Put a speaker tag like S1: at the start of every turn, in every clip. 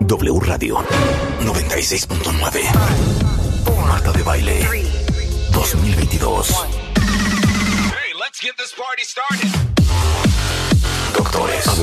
S1: W Radio 96.9 Marta de Baile 2022
S2: let's get this party started.
S1: Doctores,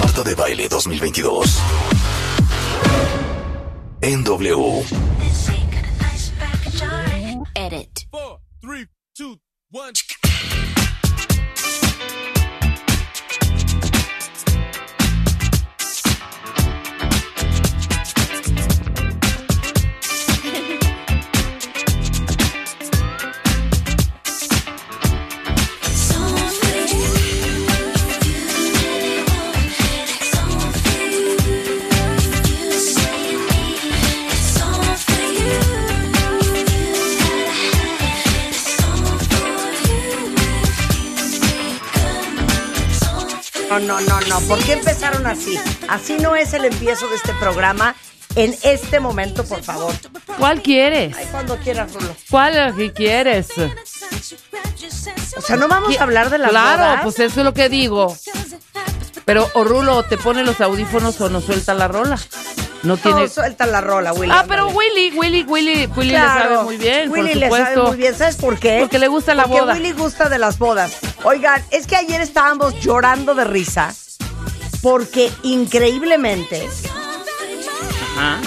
S1: Marta de Baile 2022. En W.
S3: Edit.
S2: Four, three, two, one.
S4: No, no, no, no. ¿Por qué empezaron así? Así no es el empiezo de este programa. En este momento, por favor.
S5: ¿Cuál quieres?
S4: Ay, cuando quieras, Rulo.
S5: ¿Cuál es el que quieres?
S4: O sea, no vamos a hablar de las
S5: Claro,
S4: bodas?
S5: pues eso es lo que digo. Pero o Rulo o te pone los audífonos o no suelta la rola. No
S4: No,
S5: tiene.
S4: suelta la rola, Willy.
S5: ah, pero
S4: ándale.
S5: Willy, Willy, Willy, Willy le
S4: Claro,
S5: sabe muy bien,
S4: Willy
S5: por
S4: le
S5: supuesto.
S4: sabe muy bien. ¿Sabes por qué?
S5: Porque le gusta la
S4: Porque
S5: boda.
S4: Willy gusta de las bodas. Oigan, es que ayer estábamos llorando de risa porque increíblemente
S5: Ajá,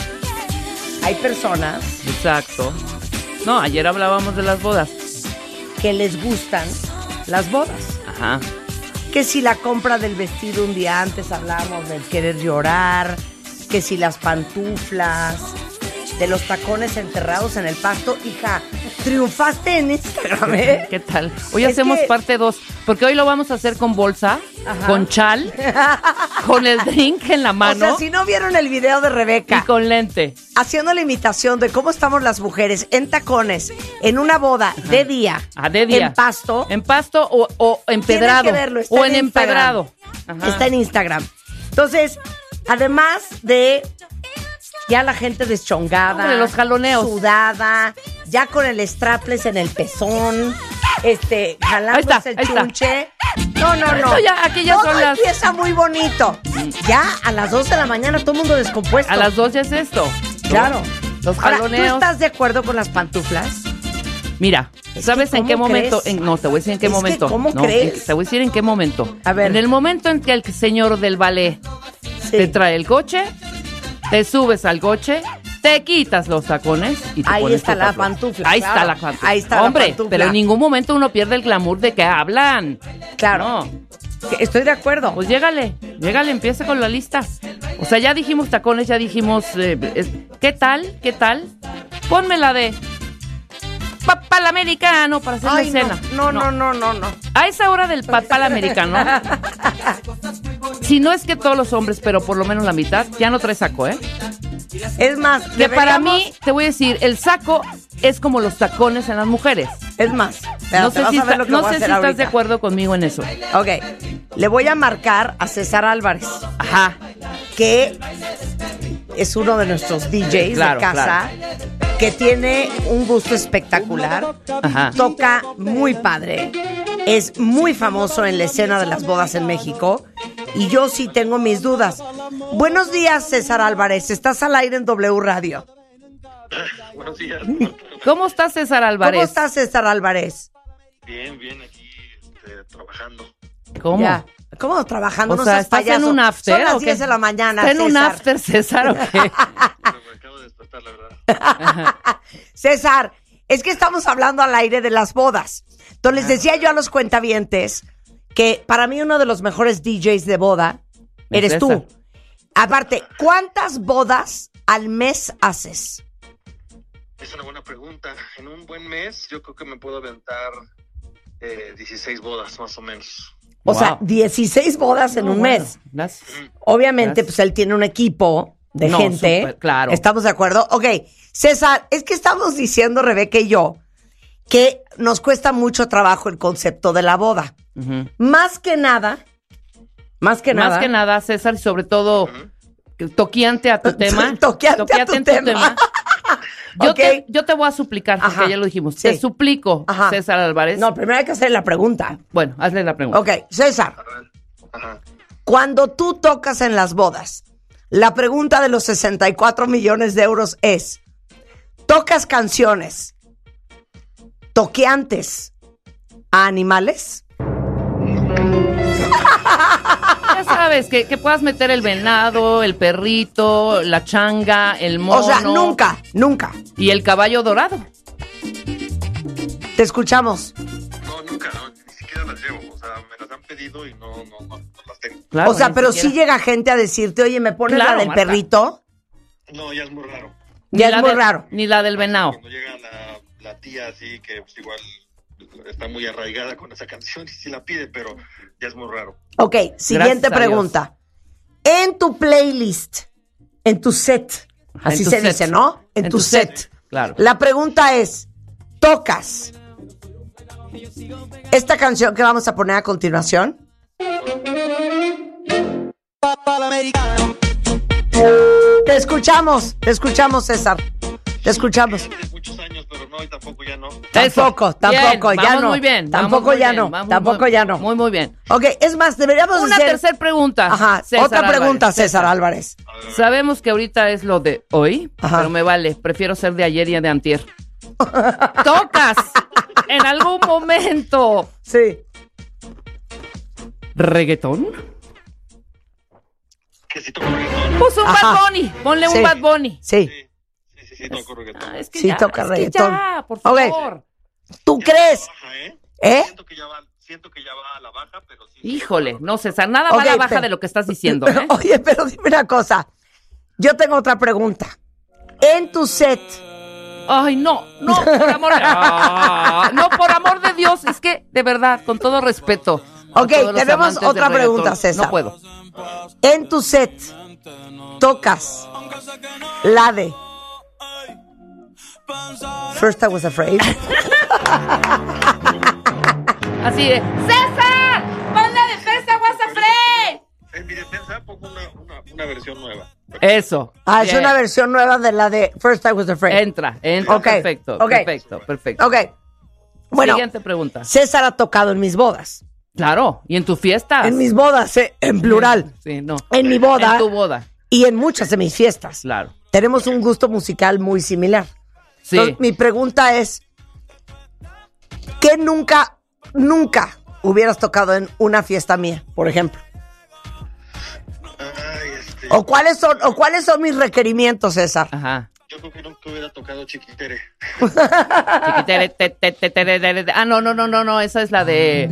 S4: hay personas
S5: Ah, exacto. No, ayer hablábamos de las bodas.
S4: que les gustan las bodas.
S5: Ajá.
S4: Que si la compra del vestido un día antes hablamos del querer llorar, que si las pantuflas, de los tacones enterrados en el pasto, hija, triunfaste en Instagram, ¿eh?
S5: ¿Qué tal? Hoy
S4: Es
S5: hacemos
S4: que-
S5: parte 2, porque hoy lo vamos a hacer con bolsa,
S4: Ajá.
S5: con chal, con el drink en la
S4: O
S5: mano
S4: sea, si no vieron el video de Rebeca
S5: y con lente.
S4: haciendo la imitación de cómo estamos las mujeres en tacones, en una boda de día,
S5: Ah, de día.
S4: en pasto,
S5: En pasto o, o empedrado.
S4: Tienen que verlo, está
S5: o
S4: en
S5: en,
S4: Instagram.
S5: empedrado. Ajá.
S4: está en Instagram. Entonces, además de ya la gente deschongada,
S5: Hombre, los jaloneos.
S4: sudada, ya con el strapless en el pezón, este, jalándose
S5: Ahí está,
S4: el
S5: ahí está.
S4: chunche. No, no, no.
S5: Esto ya- aquí ya
S4: Todo
S5: son las-
S4: empieza muy bonito. Ya a las 2 de la mañana todo el mundo descompuesto.
S5: A las dos ya es esto. ¿no?
S4: Claro.
S5: Los
S4: Ahora,
S5: jaloneos.
S4: ¿Tú estás de acuerdo con las pantuflas?
S5: Mira,
S4: Es
S5: ¿sabes
S4: que
S5: en qué
S4: ¿cómo
S5: momento?
S4: crees?
S5: En- no, te voy a decir en qué
S4: Es que
S5: momento.
S4: ¿cómo
S5: No,
S4: crees?
S5: en- Te voy a decir en qué momento.
S4: A ver.
S5: En el momento en que el señor del ballet
S4: Sí.
S5: te trae el coche, te subes al coche, te quitas los tacones y te
S4: Ahí
S5: pones
S4: está
S5: tu
S4: la pantufla,
S5: Ahí
S4: claro.
S5: está la pantufla.
S4: Ahí está la
S5: Hombre,
S4: pantufla.
S5: pero en ningún momento uno pierde el glamour de que hablan.
S4: Claro.
S5: No.
S4: Que Estoy de acuerdo.
S5: Pues llégale, llégale, empieza con la lista. O sea, ya dijimos tacones, ya dijimos. eh, es- ¿Qué tal? ¿Qué tal? Ponme la de. Papal americano para hacer la
S4: Ay,
S5: escena.
S4: no, no, no, no, no, no.
S5: A esa hora del papal americano, si no es que todos los hombres, pero por lo menos la mitad, ya no trae saco, ¿eh?
S4: Es más,
S5: Que para
S4: deberíamos-
S5: mí, te voy a decir, el saco es como los tacones en las mujeres.
S4: Es más, pero
S5: no
S4: te
S5: sé
S4: vas
S5: si,
S4: a ver
S5: está-
S4: lo que
S5: no
S4: voy a
S5: sé si
S4: hacer
S5: estás de
S4: ahorita.
S5: acuerdo conmigo en eso.
S4: Ok, le voy a marcar a César Álvarez,
S5: Ajá.
S4: que es uno de nuestros DJs
S5: Claro,
S4: de casa, que tiene un gusto espectacular,
S5: Ajá.
S4: toca muy padre, es muy famoso en la escena de las bodas en México, y yo sí tengo mis dudas. Buenos días, César Álvarez, estás al aire en W Radio.
S6: Buenos días. Marta.
S5: ¿Cómo está César Álvarez?
S4: ¿Cómo estás, César Álvarez?
S6: Bien, bien, aquí este, trabajando.
S5: ¿Cómo?
S4: Ya. ¿Cómo trabajando?
S5: O
S4: no
S5: sea,
S4: seas
S5: ¿estás en
S4: payaso.
S5: un after
S4: Son las
S5: o qué?
S4: 10 de la mañana.
S5: ¿Está en un
S4: César.
S5: after, César, o qué?
S6: Pero me acabo de despertar, la verdad.
S4: César, es que estamos hablando al aire de las bodas. Entonces les decía yo a los cuentavientes que para mí uno de los mejores DJs de boda
S5: Es
S4: eres tú.
S5: César.
S4: Aparte, ¿cuántas bodas al mes haces?
S6: Es una buena pregunta. En un buen mes, yo creo que me puedo aventar eh, 16 bodas, más o menos.
S4: O
S5: Wow.
S4: sea, 16 bodas en
S5: No,
S4: un
S5: bueno,
S4: mes.
S5: gracias.
S4: Obviamente,
S5: Gracias.
S4: pues él tiene un equipo de
S5: No,
S4: gente.
S5: súper, claro.
S4: ¿Estamos de acuerdo? Ok, César, es que estamos diciendo, Rebeca y yo, que nos cuesta mucho trabajo el concepto de la boda.
S5: Ujú.
S4: Más que nada, más que nada.
S5: Más que nada, César, y sobre todo, que toquiante a tu tema.
S4: Toquiante a tu tema.
S5: Yo,
S4: Ok.
S5: te, yo te voy a suplicar, porque
S4: Ajá.
S5: ya lo dijimos.
S4: Sí.
S5: Te suplico,
S4: Ajá.
S5: César Álvarez.
S4: No, primero hay que hacer la pregunta.
S5: Bueno, hazle la pregunta.
S4: Ok, César,
S6: A ver. Ajá.
S4: cuando tú tocas en las bodas, la pregunta de los 64 millones de euros es, ¿tocas canciones toqueantes a animales?
S5: Ya sabes, que, que puedas meter el venado, el perrito, la changa, el mono.
S4: o sea, nunca, nunca.
S5: Y el caballo dorado.
S4: Te escuchamos.
S6: No, nunca, no, ni siquiera las llevo. O sea, me las han pedido y no, no, no, no las tengo.
S5: Claro,
S4: o sea,
S5: ni
S4: pero
S5: siquiera.
S4: sí llega gente a decirte, oye, ¿me pones
S5: Claro,
S4: la del
S5: Marta.
S4: perrito?
S6: No, ya es muy raro.
S5: Ni
S4: Ya
S5: la
S4: es muy
S5: del-
S4: raro.
S5: Ni la del venado.
S6: Cuando llega la, la tía así, que pues, igual está muy arraigada con esa canción y sí la pide, pero ya es muy raro.
S4: Ok, siguiente
S5: Gracias a
S4: pregunta. En tu playlist, en tu set, así
S5: tu
S4: se
S5: set.
S4: dice, ¿no? En, tu, set.
S5: Claro.
S4: La pregunta es, ¿tocas esta canción que vamos a poner a continuación? Te escuchamos, te escuchamos, César. Te escuchamos.
S6: Hace muchos años, pero no, y tampoco ya no.
S5: Eso.
S4: Tampoco, tampoco,
S5: Bien,
S4: ya
S5: vamos
S4: no.
S5: Muy bien, vamos
S4: tampoco
S5: muy
S4: ya
S5: bien,
S4: no,
S5: vamos
S4: tampoco
S5: muy-
S4: ya no.
S5: Muy, muy bien.
S4: Ok, es más, deberíamos
S5: Una
S4: hacer...
S5: tercera pregunta.
S4: Ajá,
S5: César
S4: otra
S5: Álvarez.
S4: pregunta, César Álvarez.
S6: A ver, a ver.
S5: Sabemos que ahorita es lo de hoy,
S4: Ajá.
S5: pero me vale. Prefiero ser de ayer y de antier. Tocas en algún momento
S4: Sí.
S5: reggaetón.
S6: Que si toco reggaetón.
S5: Puso Pues un
S4: Ajá.
S5: Bad Bunny. Ponle
S4: Sí.
S5: un Bad Bunny.
S4: Sí.
S6: Sí, sí, sí, sí, toco reggaetón.
S5: Ah, es que
S4: Sí,
S5: ya,
S4: toca
S5: es que
S4: reggaetón.
S5: ya, por
S4: Ok.
S5: favor.
S4: ¿Tú
S6: Ya
S4: crees?
S6: está baja, ¿eh?
S4: ¿Eh?
S6: Siento que ya va, siento que ya va a la baja, pero sí.
S5: Híjole, no, César, nada
S4: Ok,
S5: va a la baja
S4: pero-
S5: de lo que estás diciendo. ¿eh?
S4: Oye, pero dime una cosa. Yo tengo otra pregunta. En tu set,
S5: Ay, no, no, por amor, Ah, no, por amor de Dios, es que, de verdad, con todo respeto. a
S4: Ok,
S5: todos los
S4: tenemos
S5: amantes del
S4: otra
S5: reggaetón,
S4: pregunta, César.
S5: No puedo.
S4: en tu set, tocas la de First I Was Afraid.
S5: Así de, ¡César! ¡Banda de Pesa Guasafrey!
S6: En mi defensa pongo una, una, una versión nueva.
S5: Eso.
S4: Ah, es
S5: bien.
S4: una versión nueva de la de First I Was Afraid.
S5: Entra, entra.
S4: Ok,
S5: Perfecto,
S4: ok.
S5: perfecto, perfecto.
S4: Ok. Bueno,
S5: Siguiente pregunta.
S4: César ha tocado en mis bodas.
S5: Claro, y en tus fiestas.
S4: En mis bodas, eh, en plural.
S5: Sí, no.
S4: En mi boda
S5: En tu boda,
S4: y en muchas de mis fiestas.
S5: claro.
S4: Tenemos un gusto musical muy similar.
S5: Sí.
S4: Entonces, mi pregunta es, ¿qué nunca, nunca hubieras tocado en una fiesta mía, por ejemplo?
S6: Ay, este,
S4: ¿O cuáles son, o cuáles son mis requerimientos, César?
S5: Ajá.
S6: yo creo que nunca hubiera tocado Chiquitere.
S5: Chiquitere, te, te, te, te, te, te, te. Ah, no, no, no, no, no, esa es la de...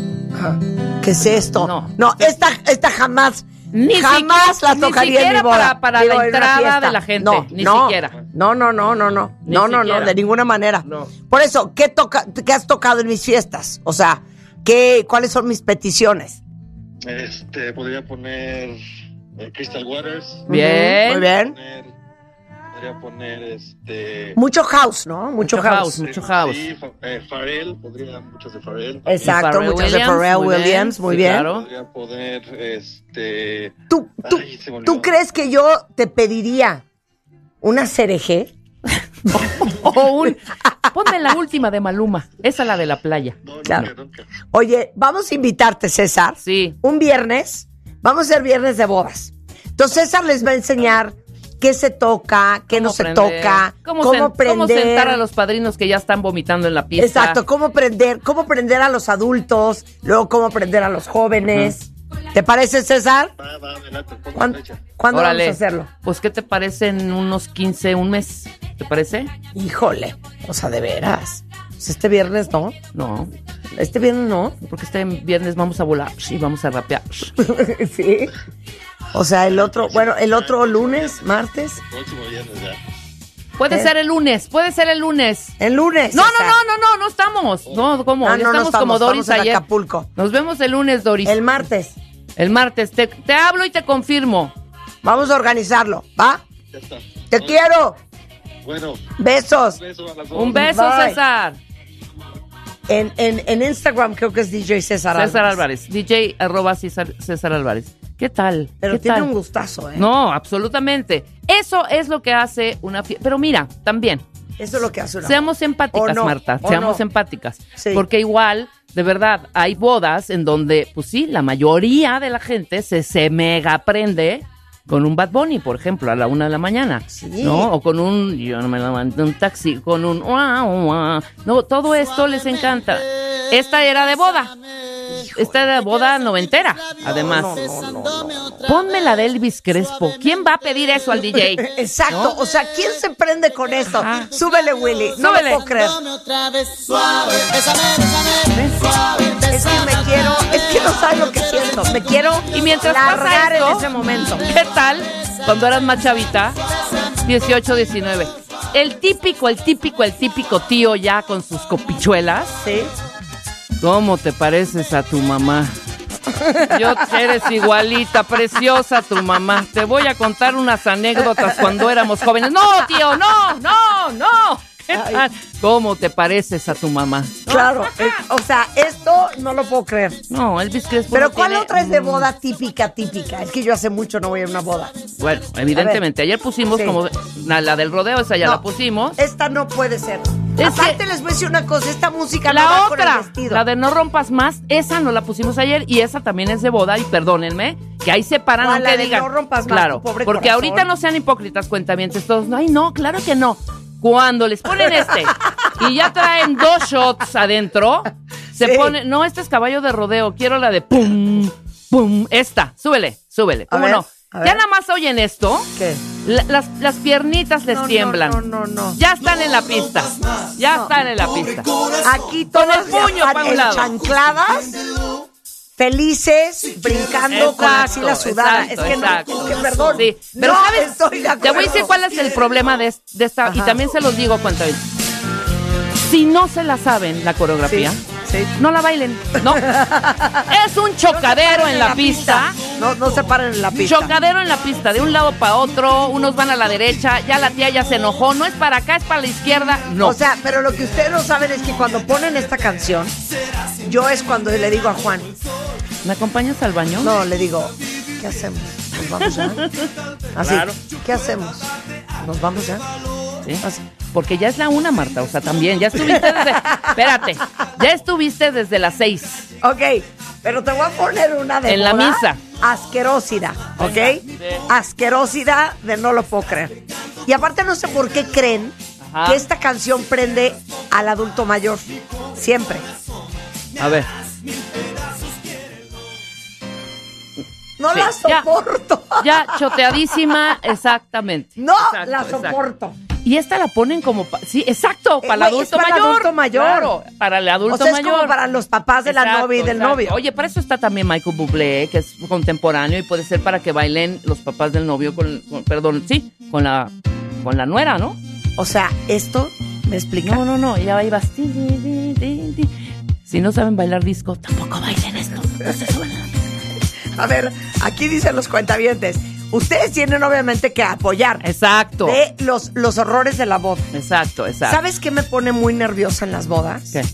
S4: ¿Qué es esto?
S5: No.
S4: esta, esta jamás, jamás
S5: siquiera-
S4: la tocaría
S5: ni
S4: en mi
S5: siquiera
S4: boda.
S5: para, para
S4: Digo, en una
S5: la entrada
S4: fiesta.
S5: de la gente.
S4: No,
S5: ni
S4: no,
S5: siquiera.
S4: No, no, no, no, no.
S5: Ni
S4: no, no, no,
S5: siquiera.
S4: de ninguna manera.
S5: No.
S4: Por eso, ¿qué, toca, ¿qué has tocado en mis fiestas? O sea, ¿qué, ¿cuáles son mis peticiones?
S6: Este, podría poner eh, Crystal Waters.
S5: Bien.
S4: Muy bien.
S6: Poner, podría poner este.
S4: Mucho house, ¿no? Mucho,
S5: Mucho
S4: house.
S5: house. mucho house.
S6: Sí, fa- eh, Pharrell, podría muchas de Pharrell.
S5: Y
S4: Exacto,
S5: Pharrell
S4: muchas de
S5: Williams,
S4: Pharrell
S5: muy bien,
S4: Williams, muy
S5: sí,
S4: bien.
S5: claro.
S6: Podría poner este.
S4: ¿Tú, tú,
S6: Ay, se me olvidó.
S4: ¿Tú crees que yo te pediría una cereje?
S5: O un... Ponme la última de Maluma. Esa la de la playa.
S6: No,
S4: Claro.
S6: nunca, nunca.
S4: Oye, vamos a invitarte, César.
S5: Sí.
S4: Un viernes, vamos a ser viernes de bodas. Entonces César les va a enseñar qué se toca, qué no
S5: ¿Cómo
S4: se
S5: prender?
S4: toca, cómo,
S5: ¿Cómo, sen- cómo
S4: prender.
S5: sentar a los padrinos que ya están vomitando en la pista.
S4: Exacto, cómo prender, cómo prender a los adultos, luego cómo prender a los jóvenes. ¿Te parece, César?
S6: Va, va, adelante, pongo
S4: ¿Cuán-
S6: fecha.
S4: ¿Cuándo
S5: Órale.
S4: vamos a hacerlo?
S5: Pues, ¿qué te parece en unos 15, un mes? ¿Te parece?
S4: Híjole, o sea, de veras. Pues este viernes no,
S5: No,
S4: este viernes no.
S5: porque este viernes vamos a volar y vamos a rapear.
S4: sí. O sea, el otro, bueno, el otro lunes, martes.
S6: Próximo viernes ya.
S5: Puede
S4: ¿Eh?
S5: ser el lunes, puede ser el lunes.
S4: El lunes.
S5: No, no,
S4: está.
S5: no, no, no, no estamos. No, ¿cómo?
S4: Ah,
S5: Ya
S4: no, no
S5: estamos, como Doris
S4: estamos en
S5: ayer.
S4: Acapulco.
S5: Nos vemos el lunes, Doris.
S4: El
S5: El,
S4: martes.
S5: martes. Te, te hablo y te confirmo.
S4: Vamos a organizarlo, ¿va?
S6: Ya está.
S4: Te quiero.
S6: Bueno,
S4: Besos.
S6: un beso a las dos.
S5: Un beso,
S4: Bye.
S5: César.
S4: En, en, en Instagram creo que es DJ César Álvarez.
S5: César Álvarez. DJ arroba César, César Álvarez. ¿Qué tal?
S4: Pero
S5: ¿Qué
S4: tiene
S5: tal?
S4: un gustazo, ¿eh?
S5: No, absolutamente. Eso es lo que hace una fiesta. Pero mira, también,
S4: Eso es lo que hace una.
S5: seamos
S4: O
S5: empáticas,
S4: no,
S5: Marta.
S4: o
S5: Seamos
S4: no.
S5: empáticas.
S4: Sí.
S5: Porque igual, de verdad, hay bodas en donde, pues sí, la mayoría de la gente se, se mega prende con un Bad Bunny, por ejemplo, a la una de la mañana.
S4: Sí.
S5: ¿No? O con un. Yo no me levanto un taxi, con un. "Ua, ua". No, todo esto les encanta. Esta era de boda. Esta era de boda noventera, además.
S4: No, no, no, no, no.
S5: Ponme la de Elvis Crespo. ¿Quién va a pedir eso al DJ?
S4: Exacto. O sea, ¿quién se prende con esto?
S5: Ajá.
S4: Súbele, Willy. No
S5: Súbele.
S4: lo puedo creer. Es que me quiero. Es que no sabes lo que siento. Me quiero
S5: Y mientras
S4: largar
S5: pasa esto,
S4: en ese momento.
S5: ¿Qué tal cuando eras más chavita? 18, 19. El típico, el típico, el típico tío ya con sus copichuelas.
S4: Sí.
S5: ¿Cómo te pareces a tu mamá? Yo eres igualita, preciosa tu mamá. Te voy a contar unas anécdotas cuando éramos jóvenes. No, tío, no, no, no. ¿Qué tal? ¿Cómo te pareces a tu mamá?
S4: Claro. Eh, O sea, esto no lo puedo creer.
S5: No, Elvis Crespo.
S4: Pero
S5: no
S4: ¿cuál
S5: tiene-
S4: otra es de boda típica, típica? Es que yo hace mucho no voy a una boda.
S5: Bueno, evidentemente, ayer pusimos
S4: Sí.
S5: como na- la del rodeo, esa ya
S4: No.
S5: la pusimos.
S4: Esta no puede ser.
S5: Es
S4: Aparte
S5: que-
S4: les voy a decir una cosa, esta música no
S5: La
S4: va con el
S5: otra,
S4: vestido.
S5: la de no rompas más, esa no la pusimos ayer y esa también es de boda y perdónenme, que ahí se paran
S4: ¿Cuál?
S5: aunque
S4: La de
S5: digan.
S4: no rompas más,
S5: claro,
S4: tu pobre
S5: porque
S4: corazón.
S5: ahorita no sean hipócritas, cuentamientos todos. No, ay, no, claro que no. Cuando les ponen este y ya traen dos shots adentro, se
S4: Sí.
S5: pone, no, este es caballo de rodeo, quiero la de pum, pum, esta, súbele, súbele,
S4: A
S5: ¿cómo
S4: ver,
S5: no?
S4: a
S5: Ya
S4: ver.
S5: nada más oyen esto,
S4: ¿Qué?
S5: la- las, las piernitas les
S4: No, no,
S5: tiemblan.
S4: no, no, no.
S5: Ya están en la pista. Ya están en la pista.
S4: Aquí
S5: Con
S4: todos
S5: el puño
S4: están
S5: pa' un lado.
S4: enchancladas, felices, brincando con así la
S5: Exacto,
S4: sudada.
S5: exacto,
S4: es que
S5: exacto.
S4: no, que perdón.
S5: Sí, Pero
S4: no
S5: ¿sabes?
S4: estoy de acuerdo.
S5: Te voy a decir cuál es el problema de, es- de esta. Y
S4: Ajá.
S5: también se los digo cuánto es. Si no se la saben la coreografía,
S4: Sí, sí.
S5: no la bailen. No. es un chocadero en la, pista.
S4: No, no se paren en la pista.
S5: Chocadero en la pista, de un lado para otro, unos van a la derecha, ya la tía ya se enojó, no es para acá, es para la izquierda, no.
S4: O sea, pero lo que ustedes no saben es que cuando ponen esta canción, yo es cuando le digo a Juan,
S5: ¿Me acompañas al baño?
S4: No, le digo, ¿qué hacemos? ¿Nos vamos ya? Así,
S5: Claro.
S4: ¿qué hacemos? ¿Nos vamos ya?
S5: ¿sí? Porque ya es la una, Marta, o sea, también, ya estuviste desde, espérate, ya estuviste desde las seis.
S4: Ok, pero te voy a poner una de
S5: En la
S4: moda,
S5: misa.
S4: Asquerosidad, ¿ok? Asquerosidad de no lo puedo creer. Y aparte no sé por qué creen
S5: Ajá.
S4: que esta canción prende al adulto mayor. Siempre.
S5: A ver.
S4: No
S5: Sí,
S4: la
S5: ya.
S4: soporto.
S5: Ya choteadísima, exactamente.
S4: No
S5: Exacto,
S4: la
S5: exacto.
S4: soporto.
S5: Y esta la ponen como. pa- sí, exacto,
S4: Eh,
S5: para el
S4: güey, es
S5: adulto
S4: para el
S5: mayor.
S4: adulto mayor.
S5: Claro, para el adulto
S4: O sea, es
S5: mayor.
S4: como para los papás de la
S5: Exacto,
S4: novia y del
S5: exacto.
S4: novio.
S5: Oye, para eso está también Michael Bublé, que es contemporáneo y puede ser para que bailen los papás del novio con, con- perdón, sí, con la con la nuera, ¿no?
S4: O sea, esto me explica.
S5: No, no, no, ya ahí vas. Ti, ti, ti, ti. Si no saben bailar disco, tampoco bailen esto. No se suban a la pista.
S4: A ver, aquí dicen los cuentavientes. Ustedes tienen obviamente que apoyar
S5: Exacto.
S4: de los, los horrores de la voz.
S5: Exacto, exacto.
S4: ¿Sabes qué me pone muy nerviosa en las bodas?
S5: ¿Qué?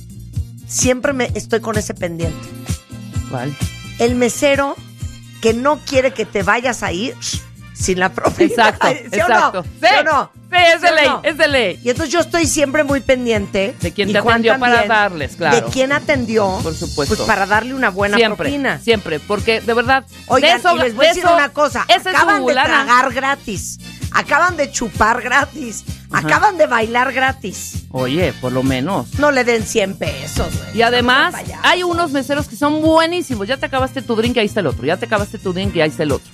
S4: Siempre me estoy con ese pendiente.
S5: ¿Cuál?
S4: El mesero que no quiere que te vayas a ir sin la propia.
S5: Exacto,
S4: ¿Sí o no?
S5: exacto.
S4: ¿Sí o no?
S5: Sí, es de
S4: ¿Sí o
S5: ley,
S4: no?
S5: es de ley.
S4: Y entonces yo estoy siempre muy pendiente.
S5: De quién
S4: y
S5: te
S4: Juan
S5: atendió para
S4: también,
S5: darles, claro.
S4: De quién atendió.
S5: Por supuesto.
S4: Pues para darle una buena
S5: siempre,
S4: propina.
S5: siempre, porque de verdad,
S4: Oigan,
S5: de eso,
S4: y les voy a
S5: de
S4: decir
S5: eso-
S4: una cosa.
S5: esa es
S4: Acaban
S5: su
S4: de
S5: lana.
S4: tragar gratis. Acaban de chupar gratis.
S5: Ajá.
S4: Acaban de bailar gratis.
S5: Oye, por lo menos.
S4: No le den 100 pesos, güey.
S5: Y además,
S4: Vaya.
S5: hay unos meseros que son buenísimos. Ya te acabaste tu drink y ahí está el otro. Ya te acabaste tu drink y ahí está el otro.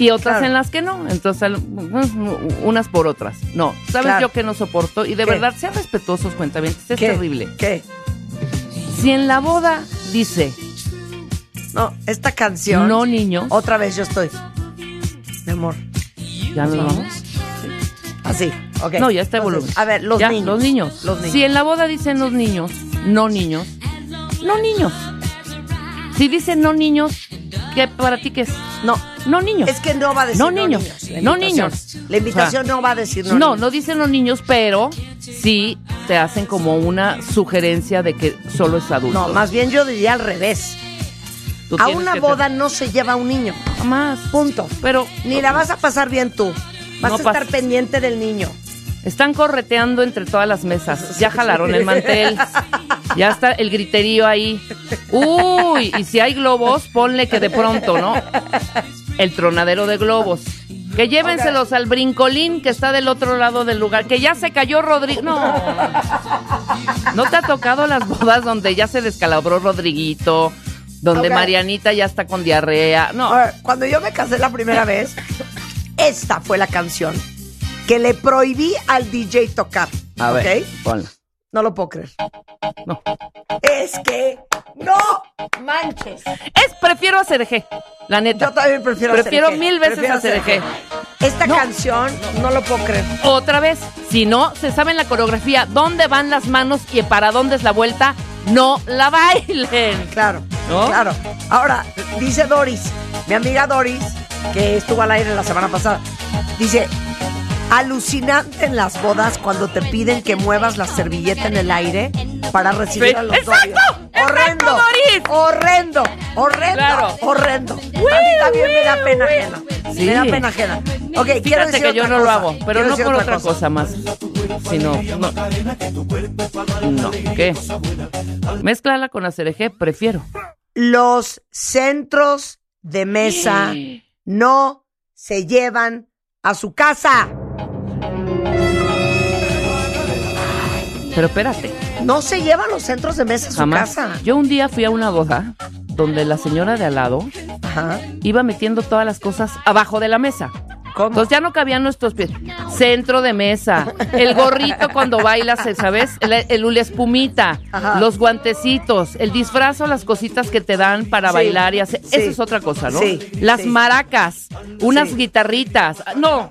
S5: Y otras
S4: Claro.
S5: en las que no. Entonces, al- unas por otras. No, ¿sabes
S4: Claro.
S5: yo que no soporto? Y de
S4: ¿Qué?
S5: verdad, sean respetuosos, cuentavientes. Es
S4: ¿Qué?
S5: terrible.
S4: ¿Qué?
S5: Si en la boda dice,
S4: No, esta canción.
S5: no niños,
S4: Otra vez yo estoy. Mi amor,
S5: ya nos vamos.
S4: así. Ok.
S5: No, ya está
S4: Entonces,
S5: el volumen.
S4: A ver, los
S5: Ya,
S4: niños.
S5: Los niños.
S4: Los niños.
S5: Si en la boda dicen los niños, no niños, no niños. Si dicen no niños, ¿qué para ti qué es? No, no niños.
S4: Es que no va a decir
S5: No
S4: no,
S5: niños,
S4: La
S5: no
S4: invitación-
S5: niños.
S4: La invitación no va a decir no.
S5: No,
S4: niños.
S5: no dicen los niños, pero sí te hacen como una sugerencia de que solo es adulto.
S4: No, más bien yo diría al revés.
S5: Tú
S4: A
S5: tienes
S4: una
S5: que
S4: boda no se lleva un niño.
S5: tener- más.
S4: Punto.
S5: Pero
S4: Ni la vas a pasar bien tú. Vas
S5: No
S4: a estar
S5: pasa.
S4: pendiente del niño.
S5: Están correteando entre todas las mesas. Ya jalaron el mantel. Ya está el griterío ahí. Uy, y si hay globos, ponle que de pronto, ¿no? El tronadero de globos. Que llévenselos al brincolín que está del otro lado del lugar. Que ya se cayó Rodrigo. No. ¿No te ha tocado las bodas donde ya se descalabró Rodriguito? Donde
S4: Ok.
S5: Marianita ya está con diarrea. No.
S4: Ahora, cuando yo me casé la primera vez, esta fue la canción que le prohibí al DJ tocar.
S5: A ver,
S4: ¿ok?
S5: ponla.
S4: No lo puedo creer.
S5: No.
S4: Es que no manches.
S5: Es prefiero a CDG. La neta.
S4: Yo también prefiero
S5: Prefiero
S4: hacer
S5: mil veces a CDG.
S4: Esta canción no lo puedo creer.
S5: Otra vez, si no se sabe en la coreografía dónde van las manos y para dónde es la vuelta, no la bailen.
S4: Claro,
S5: ¿No?
S4: claro. Ahora, dice Doris, mi amiga Doris, que estuvo al aire la semana pasada, dice, alucinante en las bodas cuando te piden que muevas la servilleta en el aire para recibir
S5: Sí.
S4: a los
S5: ¡Exacto!
S4: novios.
S5: ¡Exacto, Doris!
S4: Horrendo, horrendo,
S5: Claro.
S4: horrendo. A mí también me da pena ajena.
S5: Sí.
S4: Me da pena ajena. Ok, quiero
S5: Fíjate
S4: decir
S5: que yo
S4: otra
S5: no lo
S4: cosa.
S5: hago, pero
S4: Quiero
S5: no
S4: decir
S5: por otra cosa, más. Sino, no. No, ¿qué? Mézclala con la CDG, prefiero.
S4: Los centros de mesa no se llevan a su casa.
S5: Pero espérate.
S4: No se llevan los centros de mesa a su
S5: Jamás.
S4: casa.
S5: Yo un día fui a una boda donde la señora de al lado
S4: Ajá.
S5: iba metiendo todas las cosas abajo de la mesa. Entonces ya no cabían nuestros pies. Centro de mesa, el gorrito cuando bailas, ¿sabes? El, el hula espumita,
S4: Ajá.
S5: los guantecitos, el disfrazo, las cositas que te dan para
S4: Sí,
S5: bailar y hacer.
S4: sí.
S5: Eso es otra cosa, ¿no?
S4: Sí,
S5: Las
S4: sí.
S5: maracas, unas
S4: Sí.
S5: guitarritas. Ah, No,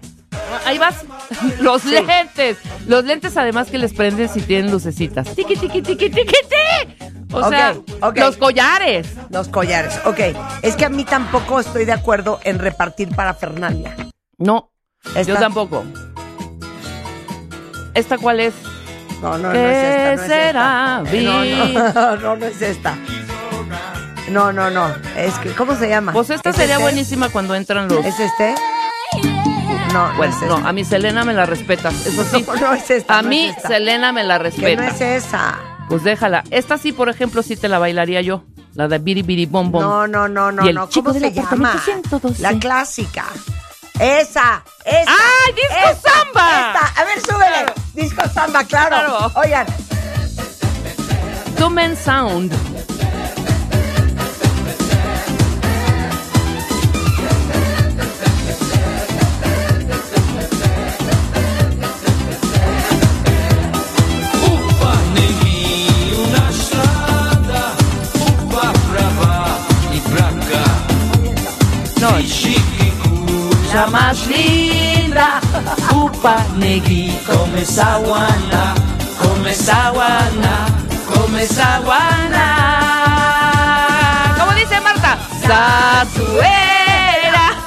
S5: ahí vas. Los lentes. Los lentes además que les prenden si tienen lucecitas. Tiki, tiki, tiki, tiki, tiki. O
S4: Ok,
S5: sea,
S4: ok.
S5: los collares.
S4: Los collares. Ok. Es que a mí tampoco estoy de acuerdo en repartir para Fernanda.
S5: No,
S4: Esta-
S5: yo tampoco. ¿Esta cuál es?
S4: No, no, no
S5: ¿Qué
S4: es esta. No es
S5: será,
S4: esta. Eh, No, no, no, no es esta. No, no, no. Es que, ¿cómo se llama?
S5: Pues esta
S4: ¿Es
S5: sería
S4: este?
S5: buenísima cuando entran los.
S4: ¿Es este? No, no
S5: Bueno,
S4: es
S5: no,
S4: esta.
S5: a mi Selena me la respetas, eso sí.
S4: No, no es esta,
S5: a
S4: no
S5: mí
S4: es esta.
S5: Selena me la
S4: Que no
S5: respeta.
S4: es esa.
S5: Pues déjala. Esta sí, por ejemplo, sí te la bailaría yo. La de Biri Biri Bom Bom.
S4: No, no, no, no,
S5: Y el
S4: no.
S5: chico
S4: ¿Cómo
S5: del
S4: se
S5: apartamento
S4: llama?
S5: 112.
S4: La clásica. Esa, esa.
S5: ¡Ay, disco
S4: esa,
S5: samba!
S4: Esta. A ver, súbele.
S5: Claro.
S4: Disco samba, claro.
S5: Claro.
S4: Oigan,
S5: Doom and Sound. No. La más linda, upa negui, come saguana, come saguana, come saguana. ¿Cómo dice Marta? Satuera.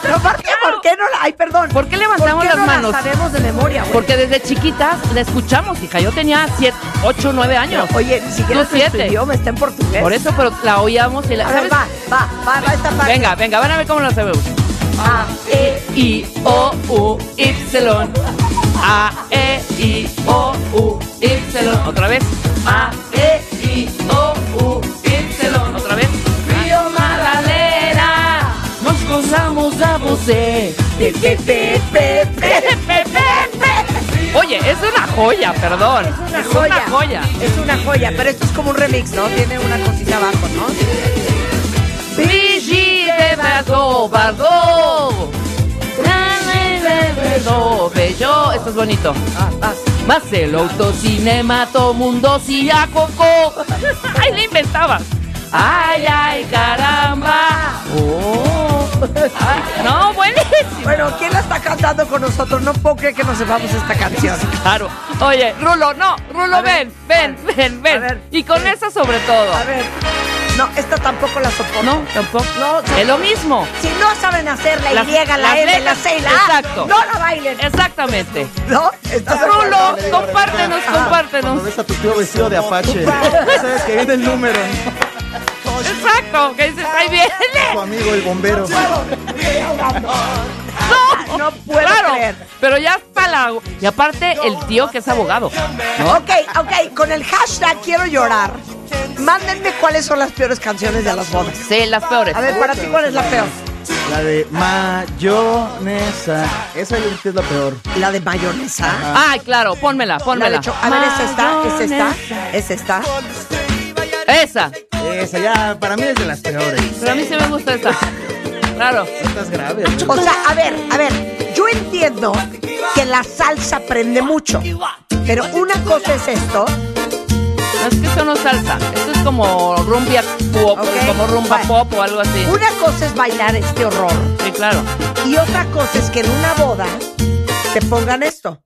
S4: pero aparte, ¿por qué no la.? Ay, perdón.
S5: ¿Por qué levantamos
S4: ¿Por qué
S5: las
S4: no
S5: manos?
S4: La sabemos de memoria, güey.
S5: Porque desde chiquitas la escuchamos, hija. Yo tenía 7, 8, 9 años.
S4: Oye, ni siquiera
S5: Tú
S4: es en tu
S5: siete.
S4: idioma, está en portugués.
S5: Por eso, pero la oíamos y la.
S4: A ver,
S5: ¿sabes?
S4: va, va, va, va esta parte.
S5: Venga, venga, van a ver cómo la sabemos.
S4: A, E,
S5: I O U Y A E I O U Y otra vez A E I O U Y otra vez Río Magdalena nos gozamos a você
S4: P, P, P, P, P.
S5: Oye, es una joya, perdón. Es
S4: Una joya. Es una joya, pero esto es como un remix, ¿no? Tiene una cosita abajo, ¿no?
S5: Brigitte Bardot, Bardot. Bardot, bello. Esto es bonito.
S4: Ah, vas.
S5: Más el autocinema, todo mundo si a coco. Ay, le inventabas. Ay, ay, caramba. Oh, No, buenísimo.
S4: Bueno, ¿quién la está cantando con nosotros? No puedo creer que no sepamos esta canción.
S5: Claro. Oye, Rulo, no, Rulo,
S4: A ver,
S5: ven, ven, ven,
S4: a
S5: ven.
S4: ver.
S5: y con esa sobre todo.
S4: A ver. No, esta tampoco la soporto.
S5: No, tampoco.
S4: No,
S5: es lo mismo.
S4: Si no saben hacer la
S5: Las-
S4: Y, la,
S5: las
S4: M, la
S5: letras,
S4: C y la A,
S5: exacto.
S4: no la bailen.
S5: Exactamente.
S4: ¿No? ¿Estás de acuerdo?
S5: Rulo, compártenos,
S3: Cuando
S5: compártenos.
S3: ves a tu tío vestido de apache, sabes que viene el número,
S5: Exacto, que dices,
S4: Ah,
S5: ahí viene.
S3: tu amigo el bombero.
S5: No,
S4: No puedo
S5: claro,
S4: creer.
S5: Pero ya está la. Y aparte, el tío que es abogado. ¿no?
S4: Ok, ok, con el hashtag quiero llorar. Mándenme cuáles son las peores canciones de las bodas.
S5: Sí, las peores.
S4: A ver, para ti, ¿cuál es la peor?
S3: La de mayonesa. Esa yo creo que es la peor.
S4: La de mayonesa.
S5: Ay, claro, pónmela,
S4: La de
S5: pónmela.
S4: cho- a ver, ¿es esta? ¿Es esta? ¿Es esta?
S5: Esa.
S3: Esa ya, para mí es de las peores.
S5: Pero a mí sí me gusta esta. Claro.
S3: Estas graves.
S4: O sea, a ver, a ver, yo entiendo que la salsa prende mucho, pero una cosa es esto,
S5: No, es que eso no es salsa. Esto es como rumbia pop,
S4: Ok,
S5: como rumba
S4: bueno.
S5: pop o algo así.
S4: una cosa es bailar este horror
S5: Sí, claro.
S4: y otra cosa es que en una boda te pongan esto.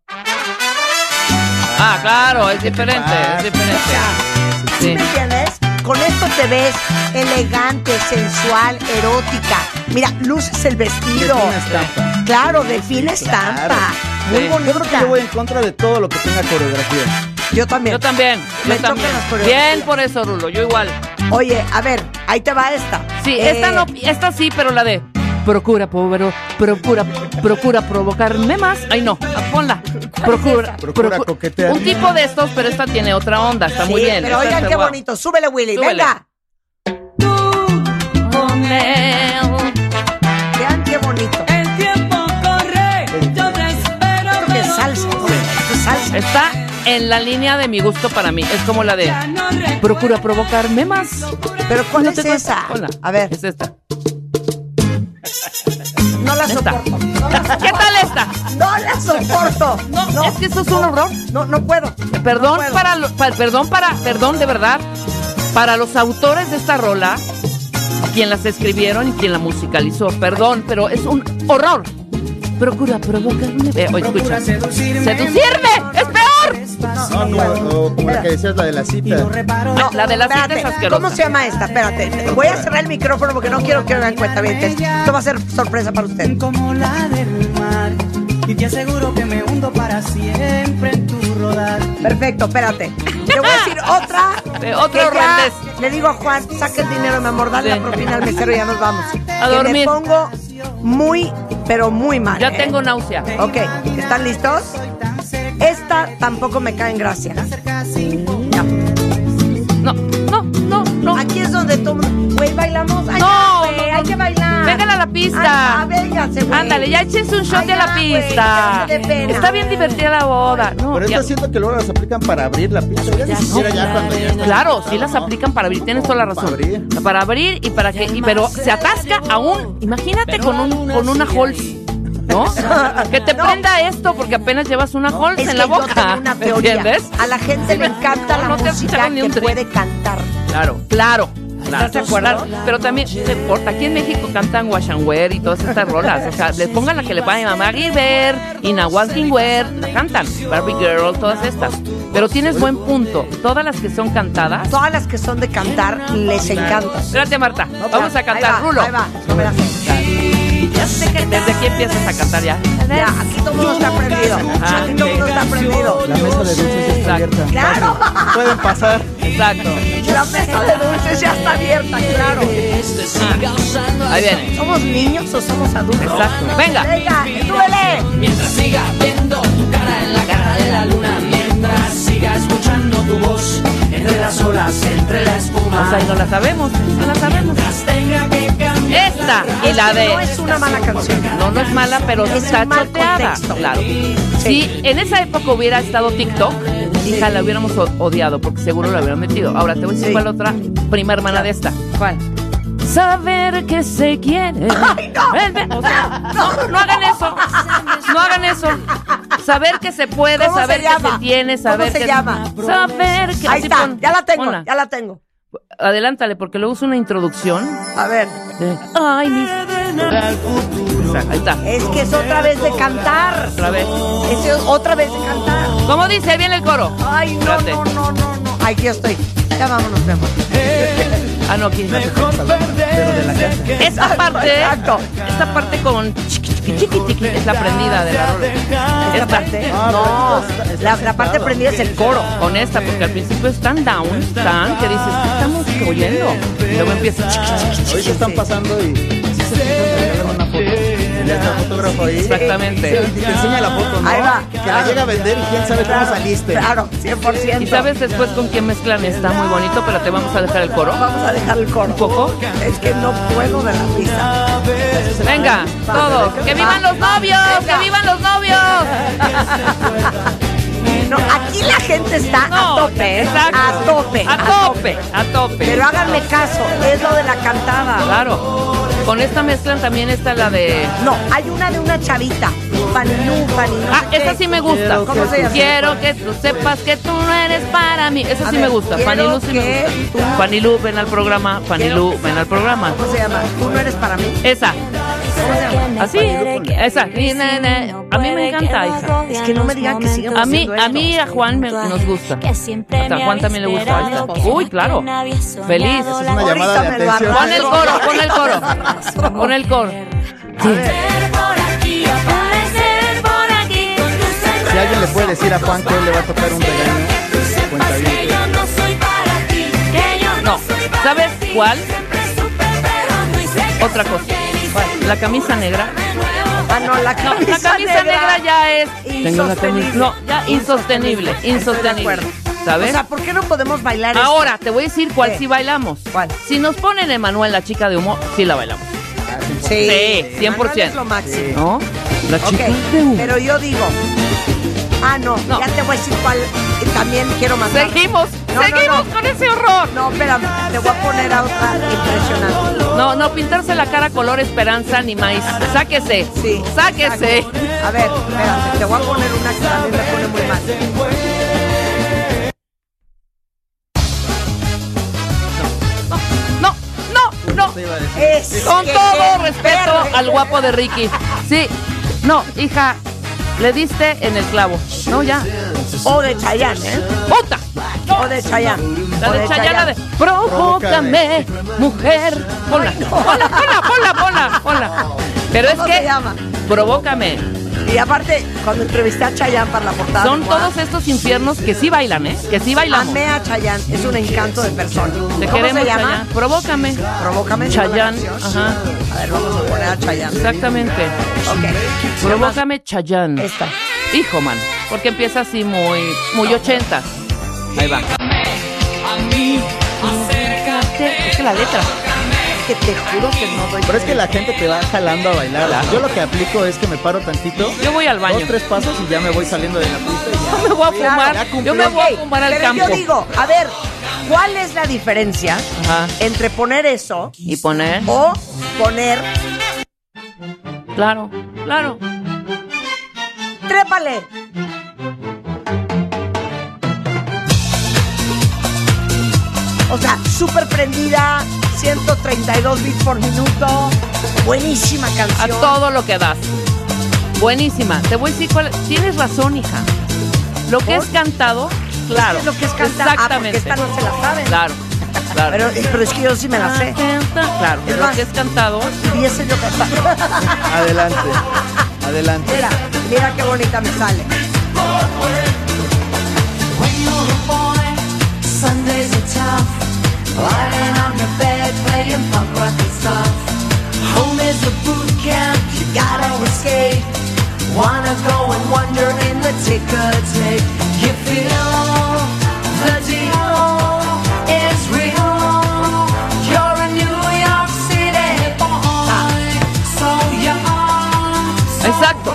S5: Ah, claro, es diferente,
S3: pasa?
S5: es diferente.
S4: ¿Sí
S5: Sí.
S4: me entiendes? Con esto te ves elegante, sensual, erótica. Mira, luces el vestido.
S3: Define estampa.
S4: Claro, define estampa. Muy
S5: Sí.
S4: bonita.
S3: Yo creo que yo voy en contra de todo lo que tenga coreografía.
S4: Yo también.
S5: Yo también,
S4: Me
S5: yo también.
S4: chocan las coreografías.
S5: Bien por eso, Rulo, yo igual.
S4: Oye, a ver, ahí te va esta.
S5: Sí,
S4: Eh,
S5: esta no, esta sí, pero la de procura, pobre, procura, procura provocarme más. Ay, no, ponla. Procura,
S3: Procura
S5: procu-
S3: coquetear.
S5: Un tipo de estos, pero esta tiene otra onda, está muy
S4: sí,
S5: bien.
S4: Pero
S5: Esta
S4: oigan
S5: está
S4: qué
S5: guau.
S4: bonito. Súbele, Willy.
S5: Súbele.
S4: Venga.
S5: Con él.
S4: Vean qué bonito.
S7: El tiempo corre, yo te espero.
S4: Creo que es salsa. oye, esto es salsa.
S5: Está en la línea de mi gusto para mí. Es como la de procura provocarme más.
S4: Pero ¿cuál
S5: No
S4: es
S5: te cuesta-
S4: esa?
S5: ponla.
S4: A ver,
S5: Es esta.
S4: no la
S5: Esta.
S4: soporto.
S5: ¿Qué tal esta?
S4: No la soporto.
S5: No, es que esto es un horror.
S4: No, no puedo.
S5: Perdón
S4: No puedo.
S5: para, lo- pa- perdón para, perdón de verdad, para los autores de esta rola, quien las escribieron y quien la musicalizó, perdón, pero es un horror. Procura provocarme. Eh, oye, escucha. Seducirme. Es peor.
S3: No, no, o como la que decías, la de la cita.
S5: No, la de la cita
S4: espérate,
S5: es asquerosa.
S4: ¿Cómo se llama esta? Espérate. Voy a cerrar el micrófono porque no quiero que me den cuenta bien. Esto va a ser sorpresa para usted.
S8: como la del mar y te aseguro que me hundo para siempre en tu rodar.
S4: Perfecto, espérate. Te voy a decir otra.
S5: Eh, otra
S4: que ya
S5: horrendez.
S4: Le digo a Juan, saca el dinero, mi amor, dale
S5: Sí.
S4: la propina al mesero y ya nos vamos.
S5: A
S4: Que
S5: dormir.
S4: Le pongo muy, pero muy mal.
S5: Ya
S4: ¿eh?
S5: tengo náusea.
S4: Ok, ¿están listos? Esta tampoco me cae en gracia. No.
S5: No, no, no, no.
S4: Aquí es donde tú, güey, bailamos. Ay,
S5: No,
S4: ya, güey,
S5: no, no.
S4: hay que bailar.
S5: Vengan a la pista.
S4: Ah, vénganse, güey.
S5: Ándale, ya échense un shot
S4: Ay,
S5: de
S4: ya,
S5: la
S4: güey,
S5: pista.
S4: ya me dé pena.
S5: Está bien divertida la boda. No,
S3: Pero
S5: ya-
S3: estas siento que luego las aplican para abrir la pista.
S4: Pues
S3: Ya ni siquiera ya cuando ya
S4: Este,
S3: está-
S5: Claro, sí las aplican para abrir, tienes toda la razón.
S3: Para abrir.
S5: Para abrir y para que, y- pero se atasca aún. Imagínate con un, con una Halls, ¿no? Que te prenda esto porque apenas llevas una Halls
S4: Es
S5: en
S4: que
S5: la
S4: yo
S5: boca.
S4: tengo una
S5: ¿me
S4: teoría.
S5: ¿Entiendes?
S4: A la gente le encanta
S5: No,
S4: la
S5: no te
S4: música
S5: escucharon ni
S4: que
S5: un tri.
S4: puede cantar.
S5: Claro, claro. claro.
S4: ¿Estás de acuerdo?
S5: Pero también, no importa, aquí en México cantan Washanwer y todas estas rolas. O sea, le pongan la que le ponen a Mamá Gilbert y Nahual Kingwer, la cantan. Barbie Girl, todas estas. Pero tienes buen punto. Todas las que son cantadas.
S4: Todas las que son de cantar les encanta.
S5: Espérate, Marta. Vamos a cantar,
S4: pues, Ahí va,
S5: Rulo.
S4: Ahí va, no me la sé.
S5: Desde aquí empiezas a cantar ya.
S4: Ya, aquí todo el mundo está prendido.
S5: Ah,
S4: Aquí todo el mundo
S5: ok.
S4: está prendido.
S3: La mesa de dulces ya está abierta.
S4: Claro,
S3: Pueden pasar.
S5: Exacto.
S4: la mesa de dulces ya está abierta, claro.
S5: Ah, Ahí viene.
S4: ¿Somos niños o somos adultos?
S5: Exacto. Venga.
S4: Venga, duele.
S7: Mientras siga viendo tu cara en la cara de la luna, mientras siga escuchando tu voz entre las olas, entre la
S5: O sea,
S7: espuma.
S5: y no la sabemos. No la sabemos.
S7: Mientras tenga que cambiar.
S5: Esta y la
S4: No es
S5: de.
S4: una mala canción.
S5: No, no es mala, pero
S4: Es
S5: está
S4: un mal
S5: choteada.
S4: contexto.
S5: Claro. Si en esa época hubiera estado TikTok, hija, la hubiéramos o- odiado porque seguro la hubieran metido. Ahora te voy a decir
S4: Sí.
S5: cuál otra prima hermana de esta.
S4: ¿Cuál?
S5: Saber que se quiere. Ven, ven. O sea, no, no hagan eso. No hagan eso. Saber que se puede,
S4: ¿Cómo se
S5: saber que
S4: llama?
S5: se tiene,
S4: ¿Cómo
S5: saber
S4: se
S5: que-
S4: llama?
S5: Saber que
S4: Ahí
S5: sí,
S4: está,
S5: pon-
S4: ya la tengo,
S5: ponla.
S4: ya la tengo.
S5: Adelántale porque luego es una introducción.
S4: A ver.
S5: de, Ay, mis Ahí está.
S4: Es que es otra vez de cantar.
S5: Otra vez.
S4: Es otra vez de cantar.
S5: ¿Cómo dice? Viene el coro.
S4: Ay, no,
S5: Espérate.
S4: no, no, no, no. Ay, aquí estoy. Ya vámonos, mi amor.
S5: Ah, no, aquí.
S3: Pero de la casa.
S5: Esta parte,
S4: Exacto.
S5: esta parte con chiqui, chiqui, chiqui, chiqui, es la prendida de la rola.
S4: Esta
S5: Esta.
S4: parte.
S3: Ah,
S4: no,
S3: pero está- está
S4: la, la parte
S3: sentado.
S4: prendida es el coro.
S5: Con esta, porque al principio es tan down, tan que dices, ¿qué estamos oyendo? Y luego empieza. chiqui, chiqui, chiqui.
S3: Ahorita están pasando y. sí se fijan, regalan una foto. Y le hacen fotógrafo ahí.
S5: Exactamente.
S3: Y te enseña la foto, ¿no?
S4: Ahí va.
S3: Que la llega a vender y quién sabe cómo saliste.
S4: Claro, 100%.
S5: Y sabes después con quién mezclan, está muy bonito, pero te vamos a dejar el coro.
S4: Vamos a dejar el coro.
S5: ¿Un poco?
S4: Es que no puedo de la risa.
S5: Venga, todos, que vivan los novios, que vivan los novios.
S4: No, aquí la gente está a
S5: No,
S4: tope, ¿eh?
S5: exacto.
S4: A tope.
S5: a tope, a tope.
S4: Pero háganme caso, es lo de la cantada.
S5: Claro. Con esta mezclan también está la de.
S4: No, hay una de una chavita. Paninú, paninú.
S5: Ah, esa sí me gusta.
S4: Quiero ¿Cómo se llama?
S5: Quiero que tú sepas que tú no eres para mí. Esa
S4: A
S5: sí
S4: ver,
S5: me gusta.
S4: quiero
S5: Fanilú sí me
S4: que tú-
S5: gusta. Fanilú, ven al programa. Fanilú, ven al programa.
S4: ¿Cómo se llama? Tú no eres para mí.
S5: Esa,
S4: ¿Cómo se llama?
S5: así, esa. Ni, na, na. A mí me encanta esa.
S4: Es que no me digan que sigan
S5: A mí,
S4: haciendo
S5: a mí, a Juan me- nos gusta. Hasta a Juan también le gusta. esta. Uy, claro. Feliz.
S3: Una
S4: Ahorita
S3: llamada de
S4: me lo
S3: atención.
S5: Pon el coro, pon el
S4: Ahorita
S5: coro. Pon el coro.
S3: Si alguien le puede decir a Juan que él le va a tocar un regaño, cuenta bien.
S5: No. ¿Sabes cuál? Otra cosa. La camisa negra.
S4: Ah, no, la
S5: No,
S4: camisa,
S5: la camisa negra ya es.
S4: Tengo la camisa-
S5: No, ya insostenible.
S4: Estoy de
S5: Insostenible.
S4: acuerdo. O
S5: ¿Sabes?
S4: sea, ¿por qué no podemos bailar esto?
S5: Ahora, te voy a decir cuál
S4: ¿Qué?
S5: sí bailamos.
S4: ¿Cuál?
S5: Si nos ponen Emanuel, la chica de humo, sí la bailamos.
S4: Sí,
S5: Sí, 100%.
S4: Manuel es lo máximo.
S5: ¿No? La
S4: Ok,
S5: chica de humo.
S4: pero yo digo. Ah, no,
S5: No.
S4: ya te voy a decir cuál. eh, También quiero mandar.
S5: Seguimos,
S4: No, no,
S5: seguimos
S4: no.
S5: con ese horror.
S4: No, espérame, te voy a poner a otra impresionante.
S5: No, no, pintarse la cara color esperanza ni maíz. Sáquese.
S4: Sí.
S5: Sáquese.
S4: A ver, espérate, te voy a poner una que también me pone muy mal.
S5: No, no, no.
S4: Es
S5: Con
S4: que-
S5: todo
S4: que-
S5: respeto
S4: pero-
S5: al guapo de Ricky. Sí. No, hija, le diste en el clavo. No, ya.
S4: O de Chayanne, ¿eh?
S5: ¡Puta!
S4: O de Chayanne.
S5: La
S4: O
S5: de Chayana de Provócame, mujer. Ponla, ponla, ponla, ponla, ponla, ponla. Pero es
S4: ¿Cómo se
S5: que
S4: llama?
S5: provócame.
S4: Y aparte, cuando entrevisté a Chayanne para la portada.
S5: Son
S4: de Guau,
S5: todos estos infiernos que sí bailan, ¿eh? Que sí bailamos.
S4: Amé a Chayanne, es un encanto de persona.
S5: Te
S4: ¿Cómo
S5: queremos,
S4: se llama?
S5: Chayanne. Provócame.
S4: Provócame.
S5: Chayanne,
S4: ¿no?
S5: ajá.
S4: A ver, vamos a poner a Chayanne.
S5: Exactamente.
S4: Ok.
S5: Provócame, Chayán.
S4: Esta.
S5: Hijo, man. Porque empieza así muy, muy ochentas. Ahí va. Es que la letra.
S4: Que te juro que no doy.
S3: Pero es que la gente te va jalando a bailar. Yo lo que aplico es que me paro tantito,
S5: Yo voy al baño.
S3: dos, tres pasos y ya me voy saliendo de la pista. y ya.
S5: me voy a
S4: Claro,
S5: fumar.
S3: ya cumplí.
S5: Yo me voy a
S4: Ok,
S5: fumar al
S4: pero
S5: campo.
S4: Yo digo, a ver, ¿cuál es la diferencia
S5: Ajá.
S4: entre poner eso
S5: Y poner.
S4: o poner
S5: Claro, claro.
S4: trépale? O sea, súper prendida, 132 bits por minuto, buenísima
S5: A
S4: canción.
S5: todo lo que das. Buenísima. Te voy a decir cuál. Tienes razón, hija. Lo que es cantado, claro.
S4: Es lo que es cantar. Ah, porque
S5: Exactamente.
S4: esta no se la saben.
S5: Claro, claro.
S4: Pero, pero es que yo Ah, sí me la sé.
S5: Claro,
S4: Es
S5: lo
S4: más-
S5: que es cantado.
S4: Y ese yo cantar.
S3: Adelante, adelante.
S4: Mira, mira qué bonita me sale.
S5: Exacto.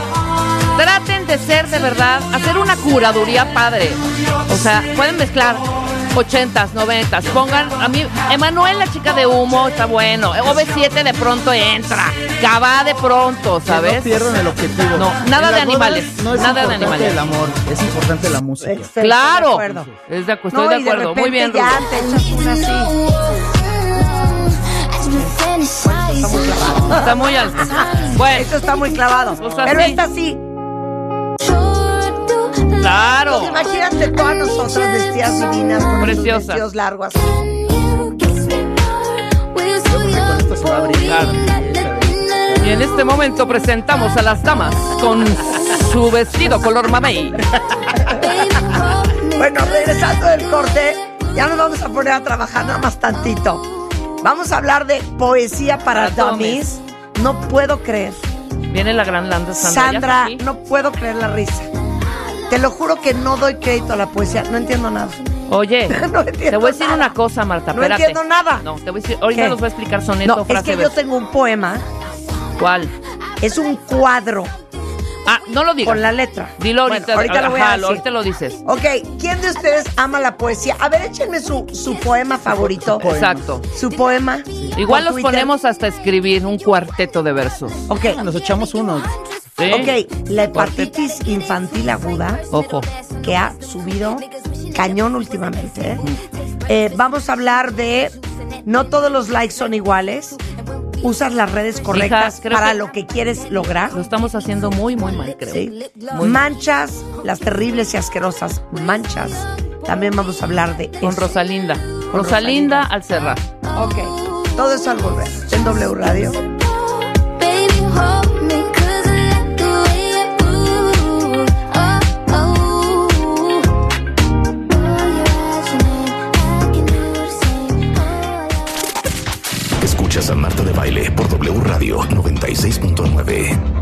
S5: Traten de ser de verdad, hacer una curaduría padre. O sea, pueden mezclar 80s, 90s. Pongan a mí, Emanuel, la chica de humo, está bueno. OV7 de pronto entra. Cava de pronto,
S3: Que
S5: ¿sabes?
S3: No pierdan el objetivo.
S5: No,
S3: En
S5: nada
S3: las
S5: de
S3: bodas
S5: animales,
S3: No es
S5: nada
S3: importante
S5: de animales.
S3: el amor, es importante la música.
S4: Estoy de
S5: Claro.
S4: acuerdo.
S5: Es de acu- estoy
S4: No,
S5: de
S4: y de
S5: acuerdo.
S4: repente
S5: Muy bien,
S4: ya
S5: Ruth.
S4: te echas una así.
S9: Estamos
S5: está muy alzado. Bueno,
S4: Esto está muy clavado.
S5: Pues así.
S4: Pero esta sí.
S5: claro.
S4: Imagínate todas nosotras vestidas divinas con nuestros
S5: Preciosas.
S4: vestidos largos. así.
S5: Y en este momento presentamos a las damas con su vestido color mamey.
S4: Bueno, regresando del corte, ya nos vamos a poner a trabajar nada más tantito. Vamos a hablar de poesía para
S5: Para
S4: dummies. No puedo creer.
S5: Viene la gran Landa Sandra. ¿ya está
S4: Sandra,
S5: aquí?
S4: no puedo creer la risa. Te lo juro que no doy crédito a la poesía. No entiendo nada.
S5: Oye,
S4: No entiendo
S5: te voy a decir
S4: nada.
S5: una cosa, Marta.
S4: No
S5: espérate.
S4: entiendo nada.
S5: No, te voy a decir. Ahorita
S4: ¿Qué?
S5: los voy a explicar soneto,
S4: No, es
S5: frase.
S4: que yo
S5: verso.
S4: tengo un poema.
S5: ¿Cuál?
S4: Es un cuadro
S5: Ah, no lo digas.
S4: con la letra.
S5: Dilo ahorita.
S4: Bueno, ahorita lo voy
S5: Ajá,
S4: a decir.
S5: Ahorita lo dices.
S4: Ok, ¿quién de ustedes ama la poesía? A ver, échenme su, su poema favorito.
S5: Exacto.
S4: Su poema. Por
S5: Igual los
S4: Twitter.
S5: ponemos Ah, hasta escribir un cuarteto de versos.
S4: Ok,
S3: Nos echamos uno.
S5: ¿sí?
S4: ok. La hepatitis infantil aguda
S5: Ojo.
S4: que ha subido cañón últimamente. ¿eh? Eh, vamos a hablar de no todos los likes son iguales. Usas las redes correctas
S5: Hija, creo
S4: para
S5: que-
S4: lo que quieres lograr.
S5: Lo estamos haciendo muy, muy mal, creo.
S4: ¿sí? Manchas, las terribles y asquerosas manchas. También vamos a hablar de
S5: Con
S4: eso.
S5: Rosalinda.
S4: Con
S5: Rosalinda
S4: Rosalinda.
S5: al cerrar.
S4: Ok. Todo eso al volver en W Radio.
S1: Escuchas a Marta de Baile por W Radio 96.9.